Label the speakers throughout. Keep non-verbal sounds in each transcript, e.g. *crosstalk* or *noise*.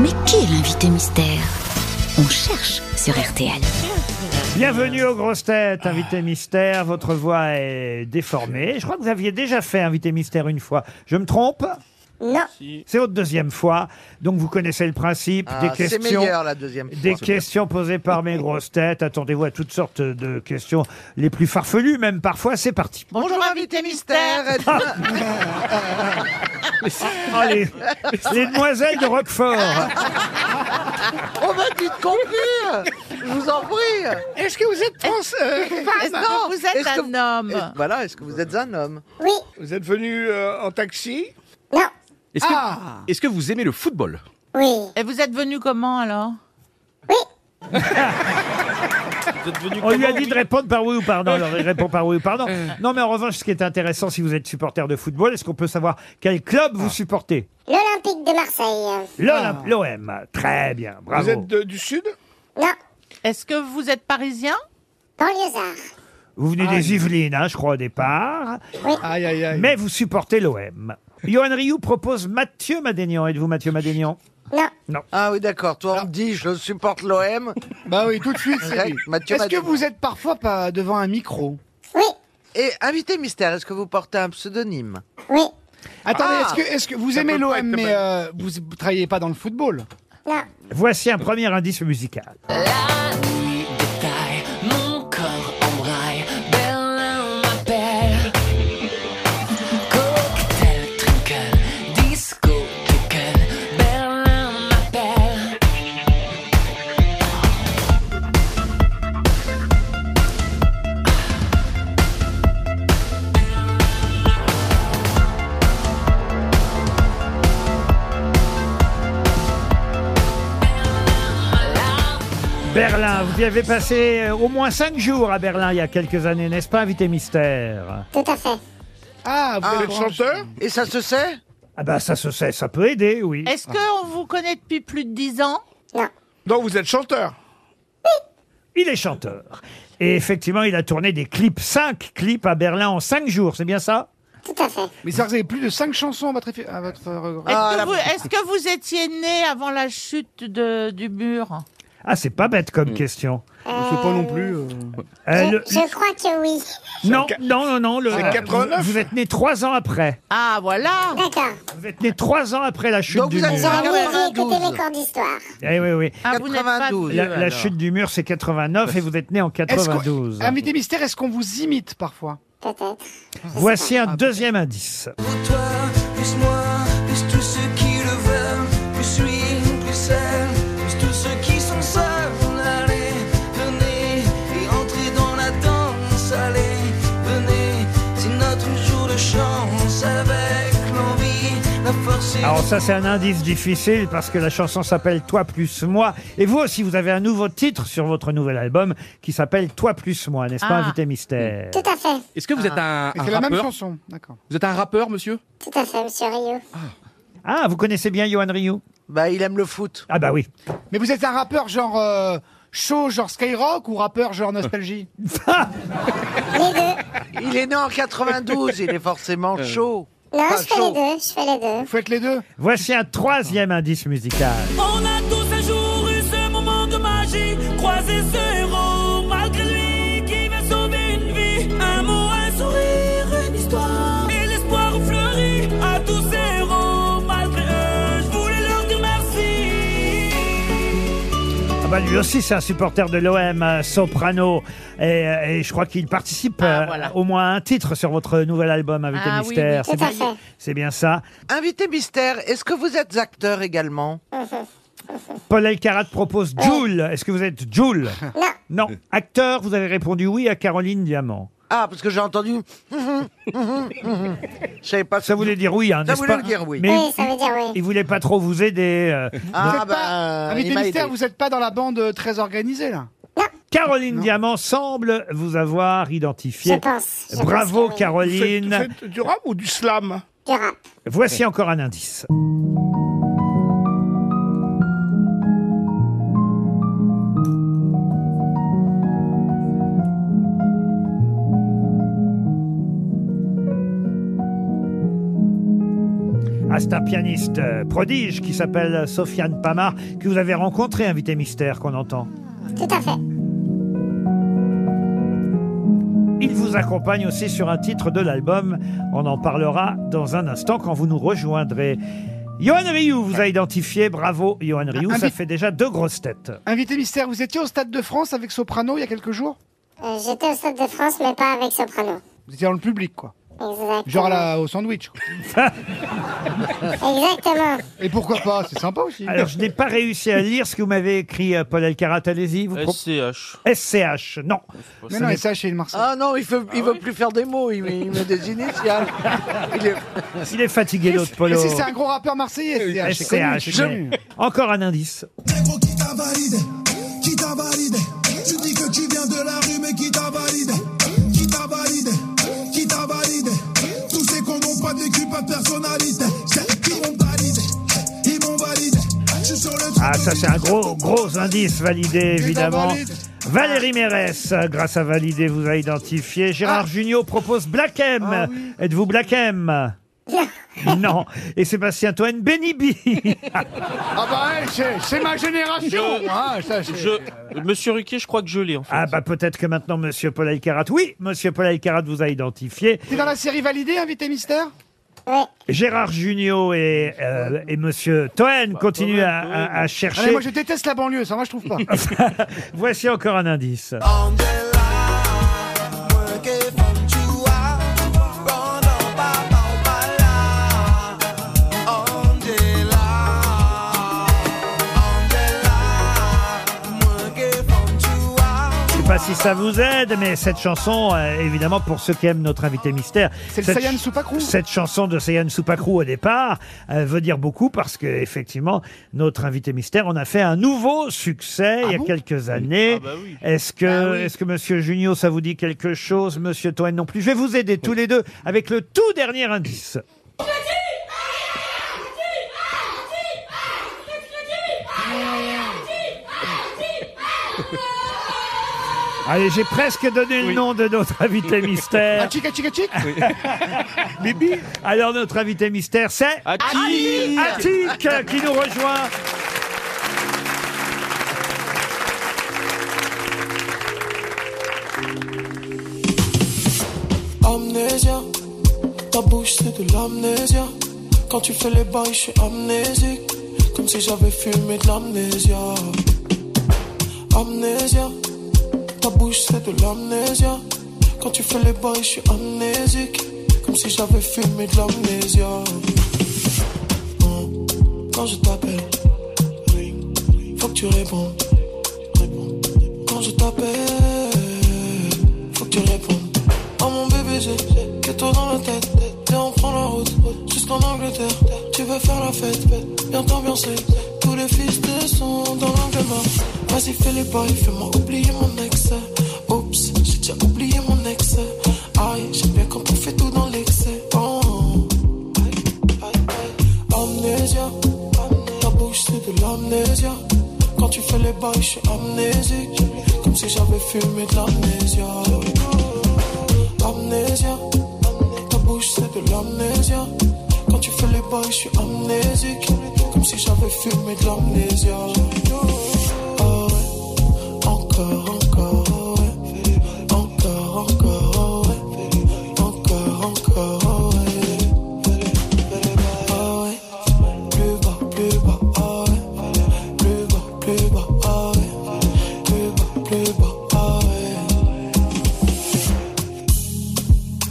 Speaker 1: Mais qui est l'invité mystère On cherche sur RTL.
Speaker 2: Bienvenue aux grosses têtes, invité mystère. Votre voix est déformée. Je crois que vous aviez déjà fait invité mystère une fois. Je me trompe
Speaker 3: Non.
Speaker 2: C'est votre deuxième fois, donc vous connaissez le principe
Speaker 4: Ah,
Speaker 2: des
Speaker 4: c'est
Speaker 2: questions.
Speaker 4: meilleur la deuxième fois.
Speaker 2: Des questions posées par mes grosses têtes. Attendez-vous à toutes sortes de questions, les plus farfelues même parfois. C'est
Speaker 4: *laughs*
Speaker 2: parti.
Speaker 4: Bonjour invité mystère.
Speaker 5: *laughs*
Speaker 4: Ah,
Speaker 2: Allez, *laughs* les demoiselles de Roquefort.
Speaker 4: On m'a dit de conclure. Je vous en prie.
Speaker 5: Est-ce que vous êtes trans euh,
Speaker 4: Est-ce que
Speaker 6: vous êtes
Speaker 4: est-ce que-
Speaker 6: un
Speaker 5: Mm.
Speaker 6: homme
Speaker 4: est-ce- Voilà, est-ce que vous êtes un homme
Speaker 3: Oui.
Speaker 5: Vous êtes venu euh, en taxi
Speaker 3: Non.
Speaker 7: Est-ce que, est-ce que vous aimez le football
Speaker 3: Oui.
Speaker 6: Et vous êtes venu comment alors
Speaker 3: Oui.
Speaker 2: On lui a dit de répondre par oui ou par non. Alors, il répond par oui ou par non.
Speaker 4: Euh.
Speaker 2: Non, mais en revanche, ce qui est intéressant, si vous êtes supporter de football, est-ce qu'on peut savoir quel club
Speaker 4: Ah.
Speaker 2: vous supportez
Speaker 3: L'Olympique de Marseille.
Speaker 2: L'Olymp- L'OM. Très bien. Bravo.
Speaker 5: Ah. Vous êtes de- du sud
Speaker 3: Non.
Speaker 6: Est-ce que vous êtes parisien
Speaker 3: Banlieusard.
Speaker 2: Vous venez des Yvelines, hein, je crois, au départ.
Speaker 5: Aïe, aïe, aïe.
Speaker 2: Mais vous supportez l'OM. Johan Rioux propose Mathieu Madénian. Êtes-vous Mathieu Madénian
Speaker 3: Non.
Speaker 4: Ah oui, d'accord. Toi, on me dit, je supporte l'OM.
Speaker 5: Bah oui, tout de suite, c'est
Speaker 4: Direct,
Speaker 5: lui.
Speaker 4: Mathieu
Speaker 5: Est-ce que
Speaker 4: Madénian.
Speaker 5: vous êtes parfois pas devant un micro
Speaker 3: Oui.
Speaker 4: Et invité mystère, est-ce que vous portez un pseudonyme
Speaker 3: Oui.
Speaker 5: Attendez,
Speaker 4: Ah
Speaker 5: est-ce que, est-ce que vous
Speaker 4: Ça
Speaker 5: aimez
Speaker 4: peut pas
Speaker 5: l'OM,
Speaker 4: être
Speaker 5: mais
Speaker 4: mal.
Speaker 5: euh, vous ne travaillez pas dans le football
Speaker 3: Non.
Speaker 2: Voici un premier indice musical.
Speaker 8: détail, mon corps en braille, Berlin m'appelle. Cocktail, trinquel, disco, trinquel, Berlin m'appelle.
Speaker 2: Berlin, vous y avez passé euh, au moins cinq jours à Berlin il y a quelques années, n'est-ce pas, invité mystère
Speaker 3: Tout à fait.
Speaker 5: Ah, vous
Speaker 4: Ah,
Speaker 5: êtes
Speaker 4: bon.
Speaker 5: chanteur
Speaker 4: Et ça se sait
Speaker 2: Ah bah ça se sait, ça peut aider, oui.
Speaker 6: Est-ce qu'on vous connaît depuis plus de 10 ans
Speaker 3: Non.
Speaker 5: Donc vous êtes chanteur
Speaker 2: Il est chanteur. Et effectivement, il a tourné des clips, 5 clips à Berlin en 5 jours, c'est bien ça
Speaker 3: Tout à fait.
Speaker 5: Mais ça, vous avez plus de 5 chansons à votre, effi- à votre euh,
Speaker 6: Est-ce
Speaker 4: Ah,
Speaker 6: que,
Speaker 4: la-
Speaker 6: vous- est-ce que vous étiez né avant la chute de- du mur
Speaker 2: Ah, c'est pas bête comme question.
Speaker 5: Mm. C'est pas non plus. euh.
Speaker 2: Euh,
Speaker 3: Je,
Speaker 2: le-
Speaker 3: je crois que oui.
Speaker 2: non, non, non, non, le-
Speaker 5: C'est 89?
Speaker 2: vous, vous êtes né 3 ans après.
Speaker 6: Ah voilà
Speaker 3: D'accord.
Speaker 2: Vous êtes né 3 ans après la chute
Speaker 4: Donc
Speaker 2: du
Speaker 4: vous êtes
Speaker 2: mur.
Speaker 3: Vous avez
Speaker 4: Ah,
Speaker 3: écouté les
Speaker 4: 92.
Speaker 3: cours d'histoire.
Speaker 2: Eh oui, oui.
Speaker 6: ah, vous n'êtes pas-
Speaker 4: 92.
Speaker 2: La, la
Speaker 4: alors.
Speaker 2: chute du mur, c'est 89 et vous êtes né en
Speaker 5: Est-ce qu'on- Ah,
Speaker 2: 92.
Speaker 5: Invité mystère, est-ce qu'on vous imite parfois
Speaker 3: Peut-être.
Speaker 2: Voici un deuxième indice.
Speaker 8: Pour toi, plus moi, plus tous ceux qui le veulent, plus lui, plus elle, plus tous ceux qui sont seuls. Allez, venez et entrez dans la danse. Allez, venez, c'est notre jour de chance avec l'envie, la force et
Speaker 2: Alors ça, c'est un indice difficile parce que la chanson s'appelle Toi plus moi. Et vous aussi, vous avez un nouveau titre sur votre nouvel album qui s'appelle Toi plus moi, n'est-ce pas,
Speaker 6: Ah.
Speaker 2: invité mystère
Speaker 3: Tout à fait.
Speaker 7: Est-ce que vous êtes un,
Speaker 5: Et
Speaker 7: un
Speaker 5: Ah. C'est la même
Speaker 7: rappeur
Speaker 5: chanson, d'accord.
Speaker 7: Vous êtes un rappeur, monsieur
Speaker 3: Tout à fait, monsieur Rio.
Speaker 2: Ah, vous connaissez bien Johan Rioux
Speaker 4: Bah, il aime le foot.
Speaker 2: Ah bah oui. *laughs*
Speaker 5: Mais vous êtes un rappeur genre euh, chaud, genre Skyrock, ou rappeur genre *laughs* Nostalgie
Speaker 3: Les deux.
Speaker 4: Il est né en 92, il est
Speaker 5: Euh.
Speaker 4: forcément chaud.
Speaker 3: Non,
Speaker 4: Pas
Speaker 3: je fais
Speaker 4: chaud.
Speaker 3: les deux. Je fais les deux.
Speaker 5: Vous faites les deux
Speaker 2: Voici un troisième indice musical.
Speaker 8: On a tous un jour eu ce moment de magie, croiser ce héros malgré lui qui va sauver une vie. Un mot, un sourire, une histoire et l'espoir fleurit à tous ces héros malgré eux. Je voulais leur dire merci.
Speaker 2: Ah bah lui aussi, c'est un supporter de l'OM, euh, Soprano. Et, euh, et je crois qu'il participe
Speaker 6: Ah,
Speaker 2: euh,
Speaker 6: voilà.
Speaker 2: au moins à un titre sur votre nouvel album, invité
Speaker 6: Ah oui,
Speaker 2: mystère.
Speaker 6: oui,
Speaker 2: C'est
Speaker 3: Tout à
Speaker 2: bien-
Speaker 3: fait.
Speaker 2: C'est bien ça.
Speaker 4: Invité mystère, est-ce que vous êtes acteur également
Speaker 2: Paul Elkarat propose Joule. Est-ce que vous êtes
Speaker 4: *laughs*
Speaker 2: Joule
Speaker 3: Non.
Speaker 2: Non. Acteur, vous avez répondu oui à Caroline Diamant.
Speaker 4: Ah, parce que j'ai entendu. *laughs* Je savais pas.
Speaker 2: Ça voulait dire oui, hein,
Speaker 4: Ça
Speaker 2: n'est-ce
Speaker 4: voulait
Speaker 2: pas
Speaker 4: dire oui.
Speaker 2: Mais
Speaker 3: Oui, ça veut dire oui.
Speaker 2: il voulait pas trop vous aider. euh.
Speaker 4: Ah,
Speaker 5: Faites
Speaker 4: bah,
Speaker 5: pas-
Speaker 4: il
Speaker 5: Invité
Speaker 4: m'a
Speaker 5: mystère,
Speaker 4: aidé.
Speaker 5: vous n'êtes pas dans la bande euh, très organisée là
Speaker 2: Caroline Diamant semble vous avoir
Speaker 3: Je
Speaker 2: identifié.
Speaker 3: pense. je
Speaker 2: Bravo
Speaker 3: pense que oui.
Speaker 5: Vous faites- vous
Speaker 2: Caroline.
Speaker 5: faites du rap ou du slam
Speaker 3: Du rap.
Speaker 2: Voici encore un indice. Ah Ah, c'est un pianiste euh, prodige qui s'appelle Sofiane Pamar, que vous avez rencontré, invité mystère qu'on entend.
Speaker 3: Tout à fait.
Speaker 2: Il vous accompagne aussi sur un titre de l'album. On en parlera dans un instant quand vous nous rejoindrez. Johan Rioux vous a identifié. Bravo, Johan Rioux.
Speaker 5: un
Speaker 2: Ça
Speaker 5: bit-
Speaker 2: fait déjà deux grosses têtes.
Speaker 5: Invité mystère, vous étiez au Stade de France avec Soprano il y a quelques jours
Speaker 3: Euh, J'étais au Stade de France, mais pas avec Soprano.
Speaker 5: Vous étiez dans le public, quoi.
Speaker 3: Exactement.
Speaker 5: Genre à la- au sandwich. quoi.
Speaker 3: Exactement.
Speaker 5: Et pourquoi pas C'est sympa aussi.
Speaker 2: Alors, je n'ai pas réussi à lire ce que vous m'avez écrit, euh, Paul Elkarat. Allez-y. Vous pro-
Speaker 9: SCH.
Speaker 2: SCH. Non.
Speaker 5: Mais non, et ça, chez le Marseille.
Speaker 6: Ah non, il ne veut, il veut plus faire des mots, il, met- il met des initiales. Il est-
Speaker 2: Il est fatigué, l'autre
Speaker 5: Mais
Speaker 2: Ah, Polo.
Speaker 5: si c'est un gros rappeur marseillais, c'est- c'est connu, c'est
Speaker 2: SCH.
Speaker 5: connu.
Speaker 2: mais- Encore un indice.
Speaker 8: Négro qui t'a validé, qui t'a validé. Tu dis que tu viens de la rue, mais qui t'a validé, qui t'a validé, qui t'a validé. Tous ces cons n'ont pas de vécu, pas de personnalité. C'est qui m'ont validé, ils m'ont validé. Je suis sur le
Speaker 2: Ah,
Speaker 8: truc
Speaker 2: ça,
Speaker 8: de-
Speaker 2: c'est un gros, gros indice validé, évidemment. Valérie Mérès, euh, grâce à Validé, vous a identifié. Gérard
Speaker 5: Ah.
Speaker 2: Junior propose Black M. Êtes-vous Black
Speaker 5: *laughs*
Speaker 2: M Non. Et Sébastien Toen, Benibi.
Speaker 5: Ah bah ouais, c'est- c'est ma génération. hein, ça, c'est-
Speaker 9: Je... Monsieur Ruquier, je crois que je l'ai en fait.
Speaker 2: ah, bah, peut-être que maintenant, monsieur Paul Alcarat. Oui, monsieur Paul Alcarat vous a identifié.
Speaker 5: T'es dans la série validée, invité mystère
Speaker 3: Oui.
Speaker 2: Gérard Junior et, euh, et monsieur Toen
Speaker 5: Bah,
Speaker 2: continuent à, à- à
Speaker 5: Ah,
Speaker 2: chercher.
Speaker 5: mais Moi, je déteste la banlieue, ça, moi, je trouve pas.
Speaker 2: *laughs* Voici encore un indice.
Speaker 10: Angela, moins que Fantua, pendant papa au palais. Angela, Angela, moins que Fantua.
Speaker 2: Je sais pas si ça vous aide, mais cette chanson, euh, évidemment, pour ceux qui aiment notre invité mystère,
Speaker 5: C'est le
Speaker 2: cette
Speaker 5: Sayan
Speaker 2: ch-
Speaker 5: Soupakrou.
Speaker 2: Cette chanson de Sayan Soupakrou au départ euh, veut dire beaucoup parce que effectivement notre invité mystère en a fait un nouveau succès il y a
Speaker 5: bon
Speaker 2: quelques années.
Speaker 9: Ah bah Ah oui.
Speaker 2: Est-ce que est-ce que monsieur Junio ça vous dit quelque chose monsieur Toen non plus Je vais vous aider tous les deux avec le tout dernier indice. Allez, j'ai presque donné le nom de notre *laughs* invité mystère.
Speaker 5: Ah, chica, chica, chic
Speaker 2: Alors notre invité mystère, c'est
Speaker 9: Atti
Speaker 2: Attic qui nous rejoint.
Speaker 8: Amnésia, ta bouche c'est de l'amnésia. Quand tu fais les bails, je suis amnésique. Comme si j'avais fumé de l'amnésia. Amnésia, ta bouche c'est de l'amnésia. Quand tu fais les bails, je suis amnésique. Comme si j'avais fumé de l'amnésia. Hein, Quand je t'appelle, ring, faut que tu réponds. réponds. Quand je t'appelle, faut que tu répondes. Oh mon bébé, j'ai j'ai que toi dans la tête. Viens, on prend la route jusqu'en Angleterre. Tu veux faire la fête, viens t'ambiancer. Tous les fils de sont dans l'angle mort. Vas-y, fais les bails, fais-moi oublier mon ex. Oups, j'ai déjà oublié mon ex. Aïe, j'aime bien quand on fait tout dans l'excès. Oh. Aïe, aïe, aïe. Amnésia, ta bouche c'est de l'amnésia. Quand tu fais les bails, je suis amnésique. Comme si j'avais fumé de l'amnésia. Amnésia, ta bouche c'est de l'amnésia. Quand tu fais les bails, je suis amnésique. Comme si j'avais fumé de l'amnésia. Ah ouais, encore, encore, ouais. Encore, encore, ouais. Encore, encore, ouais. Ah ouais, plus bas, plus bas, ah ouais. Plus bas, plus bas, ah ouais. Plus bas, plus bas, ah ouais.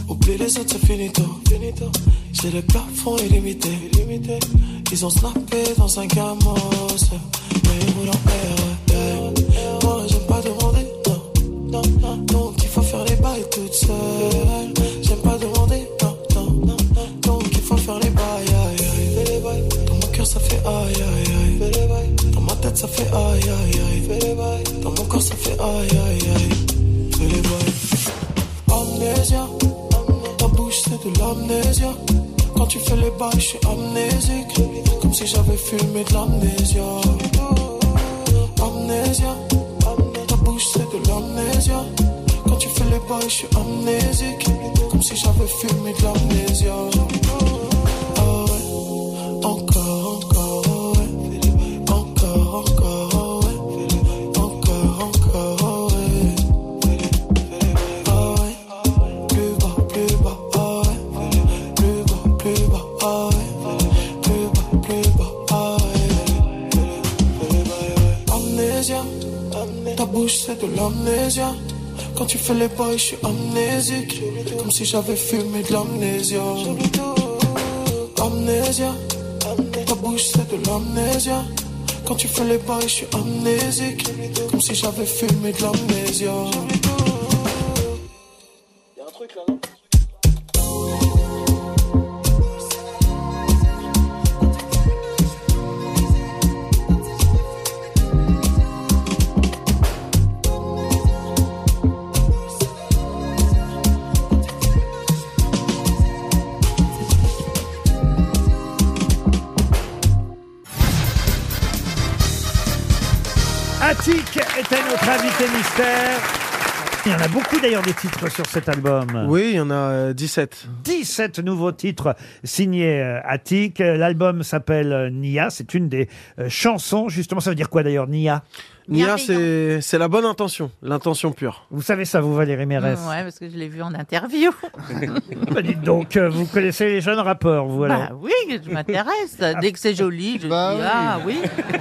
Speaker 8: Oublie les autres, c'est finito. finito. J'ai le plafond illimité. illimité. Ils ont snappé dans un gamos. Mais ils roulent en air, air. Moi, j'aime pas demander. Non, non, non. Donc, il faut faire les bails toute seule. J'aime pas demander. Non, non, non. Donc, il faut faire les bails. Aïe, aïe. Fais les bails. Dans mon cœur, ça fait aïe, aïe, aïe. Fais les bails. Dans ma tête, ça fait aïe, aïe, aïe. Fais les bails. Dans mon corps, ça fait aïe, aïe, aïe. Fais les bails. Amnésia, ta bouche c'est de l'amnésia. Quand tu fais les bails, je suis amnésique. Comme si j'avais fumé de l'amnésia. Amnésia, ta bouche c'est de l'amnésia. Quand tu fais les bails, je suis amnésique. Comme si j'avais fumé de l'amnésia. Ah ouais, Encore, encore, ouais. Encore, encore, ouais. Encore, encore, ouais. Ah ouais. Plus bas, plus bas, ah ouais. Plus bas, plus bas, ah ouais. Plus bas, plus bas, ah ouais. Amnésia, ta bouche c'est de l'amnésia. Quand tu fais les bails, je suis amnésique. Comme si j'avais fumé de l'amnésia. Amnésia, ta bouche c'est de l'amnésia. Quand tu fais les bails, je suis amnésique. Comme si j'avais fumé de l'amnésia.
Speaker 2: Attic était notre invité mystère. Il y en a beaucoup d'ailleurs des titres sur cet album.
Speaker 4: *laughs* Oui, il y en a euh, 17.
Speaker 2: 17 nouveaux titres signés euh, Attic. Euh, L'album s'appelle euh, Nia. C'est une des euh, chansons, justement. Ça veut dire quoi d'ailleurs, Nia
Speaker 4: Nia, c'est c'est la bonne intention, l'intention pure.
Speaker 2: Vous savez ça, vous, Valérie Mérès
Speaker 11: Ouais, parce que je l'ai vu en interview.
Speaker 2: Bah, dites donc, euh, vous connaissez les jeunes rappeurs, vous alors
Speaker 11: Bah oui, je m'intéresse. Dès que c'est joli, je
Speaker 6: Bah
Speaker 11: dis ah oui.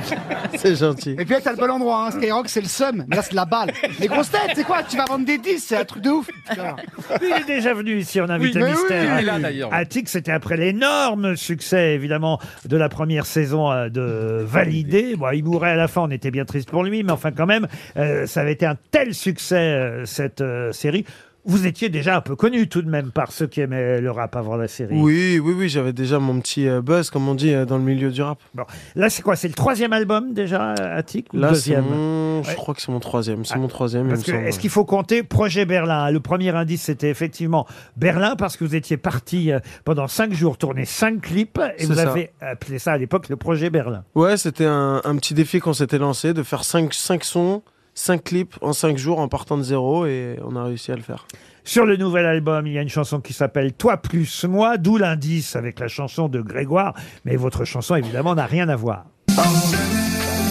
Speaker 4: *laughs* C'est gentil.
Speaker 5: Et puis là, t'as le bon endroit, hein. Skyrock, c'est le seum. Là, c'est la balle. Les grosses têtes, c'est quoi Tu vas vendre des 10, c'est un truc de ouf. putain.
Speaker 2: Il est déjà venu ici en invité
Speaker 5: mais oui,
Speaker 2: mystère.
Speaker 5: il est
Speaker 7: là, d'ailleurs.
Speaker 2: Attic, c'était après l'énorme succès, évidemment, de la première saison euh, de Validé. Bon, il mourait à la fin, on était bien triste pour lui, mais enfin, quand même, euh, ça avait été un tel succès, euh, cette euh, série. Vous étiez déjà un peu connu tout de même par ceux qui aimaient le rap avant la série.
Speaker 4: Oui, oui, oui, j'avais déjà mon petit euh, buzz, comme on dit, euh, dans le milieu du rap.
Speaker 2: Bon. Là, c'est quoi C'est le troisième album déjà, Attic ou
Speaker 4: Là, c'est
Speaker 2: deuxième
Speaker 4: mon...
Speaker 2: Ouais. Ah,
Speaker 4: je crois que c'est mon troisième. C'est mon troisième,
Speaker 2: Parce
Speaker 4: il
Speaker 2: que,
Speaker 4: me semble.
Speaker 2: est-ce qu'il faut compter Projet Berlin hein Le premier indice, c'était effectivement Berlin, parce que vous étiez parti euh, pendant cinq jours tourner cinq clips, et
Speaker 4: C'est
Speaker 2: vous
Speaker 4: ça.
Speaker 2: avez appelé ça à l'époque le Projet Berlin.
Speaker 4: Ouais, c'était un, un petit défi qu'on s'était lancé de faire 5 cinq sons, 5 clips en 5 jours en partant de zéro et on a réussi à le faire.
Speaker 2: Sur le nouvel album, il y a une chanson qui s'appelle Toi plus moi, d'où l'indice avec la chanson de Grégoire, mais votre chanson, évidemment, n'a rien à voir.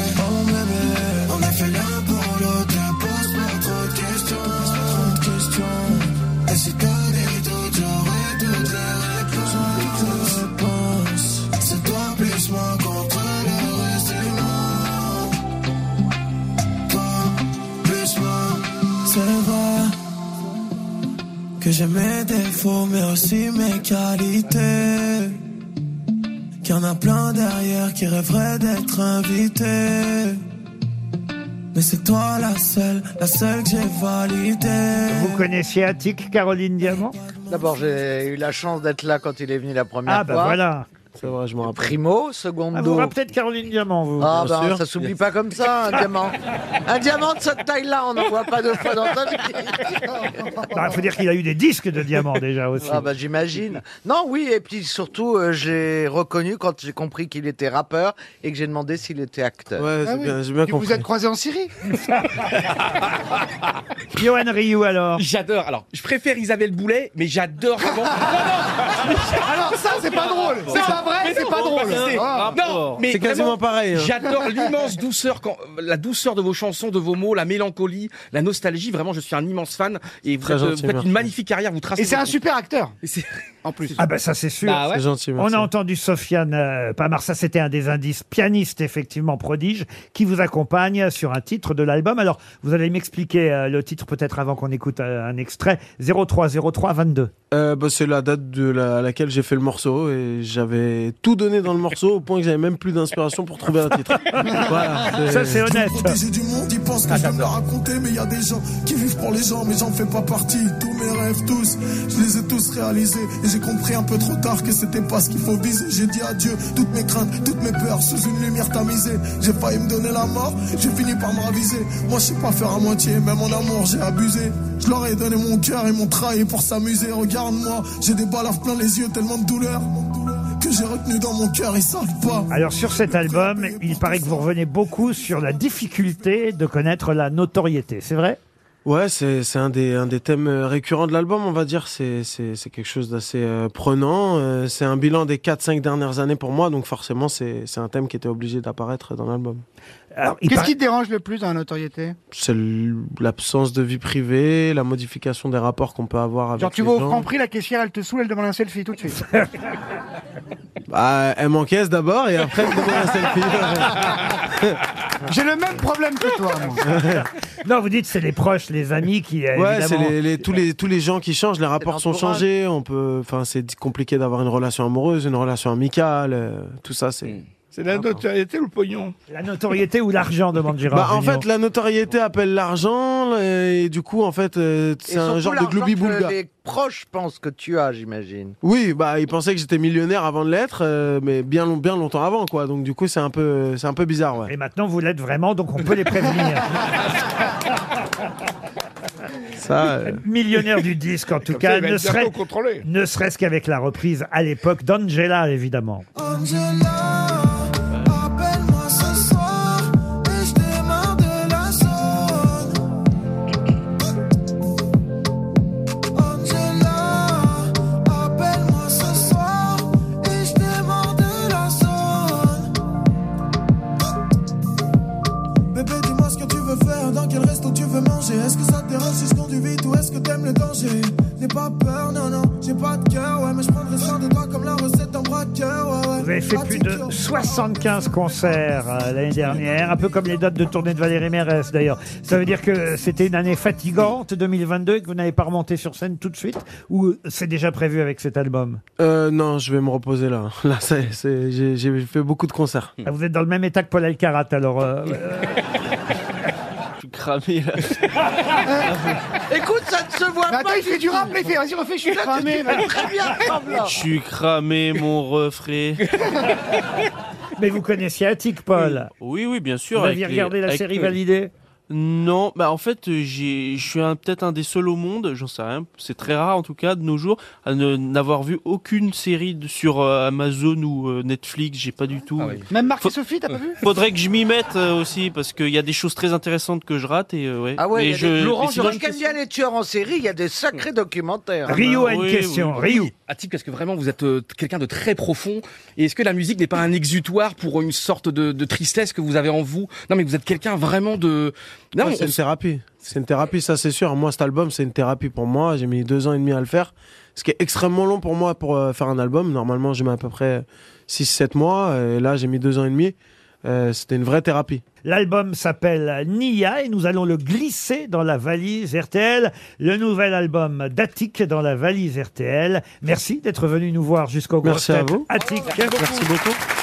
Speaker 8: On est fait l'un pour l'autre, pose pas trop de questions, trop de questions. Et si t'as des doutes, j'aurai toutes les réponses. C'est toi plus moi contre le reste du monde. Toi plus moi, c'est vrai que j'ai mes défauts mais aussi mes qualités. Qu'il y en a plein derrière qui rêveraient d'être invités. Mais c'est toi la seule, la seule que j'ai validée.
Speaker 2: Vous connaissiez Attic, Caroline Diamant
Speaker 6: D'abord, j'ai eu la chance d'être là quand il est venu la première
Speaker 2: Ah, bah
Speaker 6: fois.
Speaker 2: voilà.
Speaker 4: C'est vrai, je m'en rappelle.
Speaker 6: Primo, secondo.
Speaker 2: Ah, vous vous rappelez de Caroline Diamant, vous
Speaker 6: Ah
Speaker 4: Bien
Speaker 6: ben,
Speaker 4: sûr.
Speaker 6: ça s'oublie pas comme ça, un diamant. Un diamant de cette taille-là, on n'en voit pas deux fois dans ta vie.
Speaker 2: Il Bah, faut dire qu'il a eu des disques de diamant déjà aussi.
Speaker 6: Ah bah j'imagine. Non, oui, et puis surtout, euh, j'ai reconnu quand j'ai compris qu'il était rappeur et que j'ai demandé s'il était acteur.
Speaker 4: Ouais, c'est
Speaker 5: oui.
Speaker 4: bien, j'ai bien
Speaker 5: Puis
Speaker 4: compris.
Speaker 5: Vous êtes croisés en Syrie
Speaker 2: Johan Ryu alors
Speaker 7: J'adore. Alors, je préfère Isabelle Boulet, mais j'adore avant.
Speaker 5: Alors ça, c'est pas drôle. C'est pas vrai, c'est pas drôle. Ah.
Speaker 7: Non, mais
Speaker 4: C'est quasiment
Speaker 7: vraiment,
Speaker 4: pareil. hein.
Speaker 7: J'adore l'immense douceur, quand, la douceur de vos chansons, de vos mots, la mélancolie, la nostalgie. Vraiment, je suis un immense fan et vous,
Speaker 4: Très
Speaker 7: êtes, euh,
Speaker 4: gentil,
Speaker 7: vous faites
Speaker 4: merci.
Speaker 7: une magnifique carrière. Vous tracez.
Speaker 5: Et c'est un super acteur.
Speaker 7: En plus.
Speaker 2: Ah bah ça c'est sûr.
Speaker 7: Bah ouais.
Speaker 4: C'est gentil,
Speaker 2: On
Speaker 4: merci.
Speaker 2: a entendu Sofiane euh, Pamar, ça c'était un des indices, pianiste effectivement prodige, qui vous accompagne sur un titre de l'album. Alors vous allez m'expliquer euh, le titre peut-être avant qu'on écoute euh, un extrait 030322.
Speaker 4: Euh, bah, c'est la date de la- à laquelle j'ai fait le morceau et j'avais tout donné dans le morceau au point que j'avais même plus d'inspiration pour trouver un
Speaker 5: *laughs*
Speaker 4: titre. voilà, c'est-
Speaker 2: Ça c'est honnête.
Speaker 8: Protéger du monde, ils pensent que je vais me le raconter, mais il y a des gens qui vivent pour les gens, mais j'en fais pas partie. Tous mes rêves, tous, je les ai tous réalisés. Et j'ai compris un peu trop tard que c'était pas ce qu'il faut viser. J'ai dit adieu, toutes mes craintes, toutes mes peurs, sous une lumière tamisée. J'ai failli me donner la mort, j'ai fini par me raviser. Moi, je sais pas faire à moitié, même en amour, j'ai abusé. Je leur ai donné mon cœur et mon trahi pour s'amuser. Regarde-moi, j'ai des balafres plein les yeux, tellement de douleur que j'ai retenu dans mon cœur, ils savent pas.
Speaker 2: Alors sur cet album, il paraît que vous revenez beaucoup sur la difficulté de connaître la notoriété, c'est vrai
Speaker 4: Ouais, c'est c'est un des, un des thèmes euh, récurrents de l'album, on va dire. C'est c'est- c'est quelque chose d'assez euh, prenant. Euh, c'est un bilan des 4-5 dernières années pour moi, donc forcément, c'est c'est un thème qui était obligé d'apparaître dans l'album.
Speaker 5: Qu'est-ce qui te dérange le plus dans la notoriété
Speaker 4: C'est l- l'absence de vie privée, la modification des rapports qu'on peut avoir avec
Speaker 5: Genre, tu
Speaker 4: les
Speaker 5: vas au
Speaker 4: gens.
Speaker 5: Franprix, la caissière, elle te saoule, elle demande un selfie tout de suite.
Speaker 4: Bah, elle m'encaisse d'abord et après elle me demande un selfie.
Speaker 5: J'ai le même problème que toi, moi.
Speaker 2: *laughs* non, vous dites c'est les proches, les amis qui. euh,
Speaker 4: Ouais, c'est
Speaker 2: évidemment-
Speaker 4: les, les- tous les tous les gens qui changent, les rapports sont
Speaker 2: l'entourage.
Speaker 4: changés. On peut, enfin, c'est di- compliqué d'avoir une relation amoureuse, une relation amicale, euh, tout ça,
Speaker 6: Mm.
Speaker 4: c'est.
Speaker 12: C'est la notoriété ou le pognon
Speaker 2: La notoriété ou l'argent, demande Gérard.
Speaker 4: Bah, en
Speaker 2: Jugnot.
Speaker 4: fait, la notoriété appelle l'argent et du coup, en fait, euh,
Speaker 6: Et
Speaker 4: c'est un
Speaker 6: surtout
Speaker 4: genre de
Speaker 6: l'argent
Speaker 4: gloubi
Speaker 6: que Les proches pensent que tu as, j'imagine.
Speaker 4: Oui, bah ils pensaient que j'étais millionnaire avant de l'être, euh, mais bien long- bien longtemps avant, quoi. Donc du coup, c'est un peu, c'est un peu bizarre, ouais.
Speaker 2: Et maintenant, vous l'êtes vraiment, donc on peut les prévenir.
Speaker 4: Ça, euh,
Speaker 2: Millionnaire du disque, en tout
Speaker 12: Comme ça,
Speaker 2: cas,
Speaker 12: il va
Speaker 2: ne
Speaker 12: être bientôt
Speaker 2: serait-
Speaker 12: contrôlé.
Speaker 2: ne serait-ce qu'avec la reprise à l'époque d'Angela, évidemment.
Speaker 10: Angela, appelle-moi ce soir et je démarre de la zone. Angela, appelle-moi ce soir et je démarre de la zone.
Speaker 8: Bébé, dis-moi ce que tu veux faire, dans quel resto tu veux manger. Est-ce que ça te dérange si je conduis vite ou est-ce que t'aimes le danger N'aie pas peur, non, non, j'ai pas de cœur, ouais, mais je prendrai soin de toi comme la recette d'un braqueur, ouais, ouais.
Speaker 2: Vous avez fait plus de 75 concerts euh, l'année dernière, un peu comme les dates de tournée de Valérie Mérès d'ailleurs. Ça veut dire que c'était une année fatigante 2022 et que vous n'avez pas remonté sur scène tout de suite ou euh, c'est déjà prévu avec cet album
Speaker 4: euh, non, je vais me reposer là. *laughs* Là, ça y est, c'est- j'ai j'ai fait beaucoup de concerts.
Speaker 2: Ah, Vous êtes dans le même état que Paul Alcarat alors. euh, euh,
Speaker 4: Je suis cramé là.
Speaker 6: Écoute, ça ne se voit
Speaker 5: Mais Bah, attends,
Speaker 6: pas.
Speaker 5: il fait du rap, là, il fait, vas-y, refais, je suis
Speaker 6: Là, tu-
Speaker 5: cramé,
Speaker 6: tu
Speaker 5: là.
Speaker 6: fais très bien, Pablo.
Speaker 9: Je suis cramé, mon
Speaker 7: *laughs*
Speaker 9: refrain.
Speaker 2: Mais vous connaissiez Attic, Paul
Speaker 9: Oui, oui, bien sûr.
Speaker 2: Vous
Speaker 9: avec
Speaker 2: aviez
Speaker 9: les-
Speaker 2: regardé la
Speaker 9: avec-
Speaker 2: série Validé
Speaker 9: Non, bah en fait, euh, j'ai- je suis un- peut-être un des seuls au monde, j'en sais rien, c'est très rare en tout cas de nos jours, à ne- n'avoir vu aucune série de- sur euh, Amazon ou euh, Netflix, j'ai pas du tout.
Speaker 7: Ah
Speaker 5: Même Marc et Sophie, t'as pas vu
Speaker 9: Faudrait que je m'y mette euh, aussi, parce qu'il y a des choses très intéressantes que je rate et euh, ouais.
Speaker 6: Ah ouais,
Speaker 9: Mais
Speaker 6: il y a
Speaker 9: je,
Speaker 6: des... Laurent,
Speaker 9: mais sinon,
Speaker 6: je aime bien les tueurs en série, il y a des sacrés
Speaker 8: Ah,
Speaker 6: documentaires.
Speaker 8: bah
Speaker 7: Attic, parce que vraiment, vous êtes euh, quelqu'un de très profond. Et est-ce que la musique n'est pas un exutoire pour une sorte de, de tristesse que vous avez en vous Non, mais vous êtes quelqu'un vraiment de. Non,
Speaker 4: Ouais, Ah, c'est
Speaker 7: on-
Speaker 4: une thérapie. C'est une thérapie, ça c'est sûr. Moi, cet album, c'est une thérapie pour moi. J'ai mis deux ans et demi à le faire, ce qui est extrêmement long pour moi pour euh, faire un album. Normalement, je mets à peu près 6-7 mois, et là, j'ai mis deux ans et demi. Euh, C'était une vraie thérapie.
Speaker 2: L'album s'appelle Nia et nous allons le glisser dans la valise RTL. Le nouvel album d'Attic dans la valise RTL. Merci d'être venu nous voir jusqu'au
Speaker 4: Merci à vous.
Speaker 2: Attic.
Speaker 4: Merci beaucoup.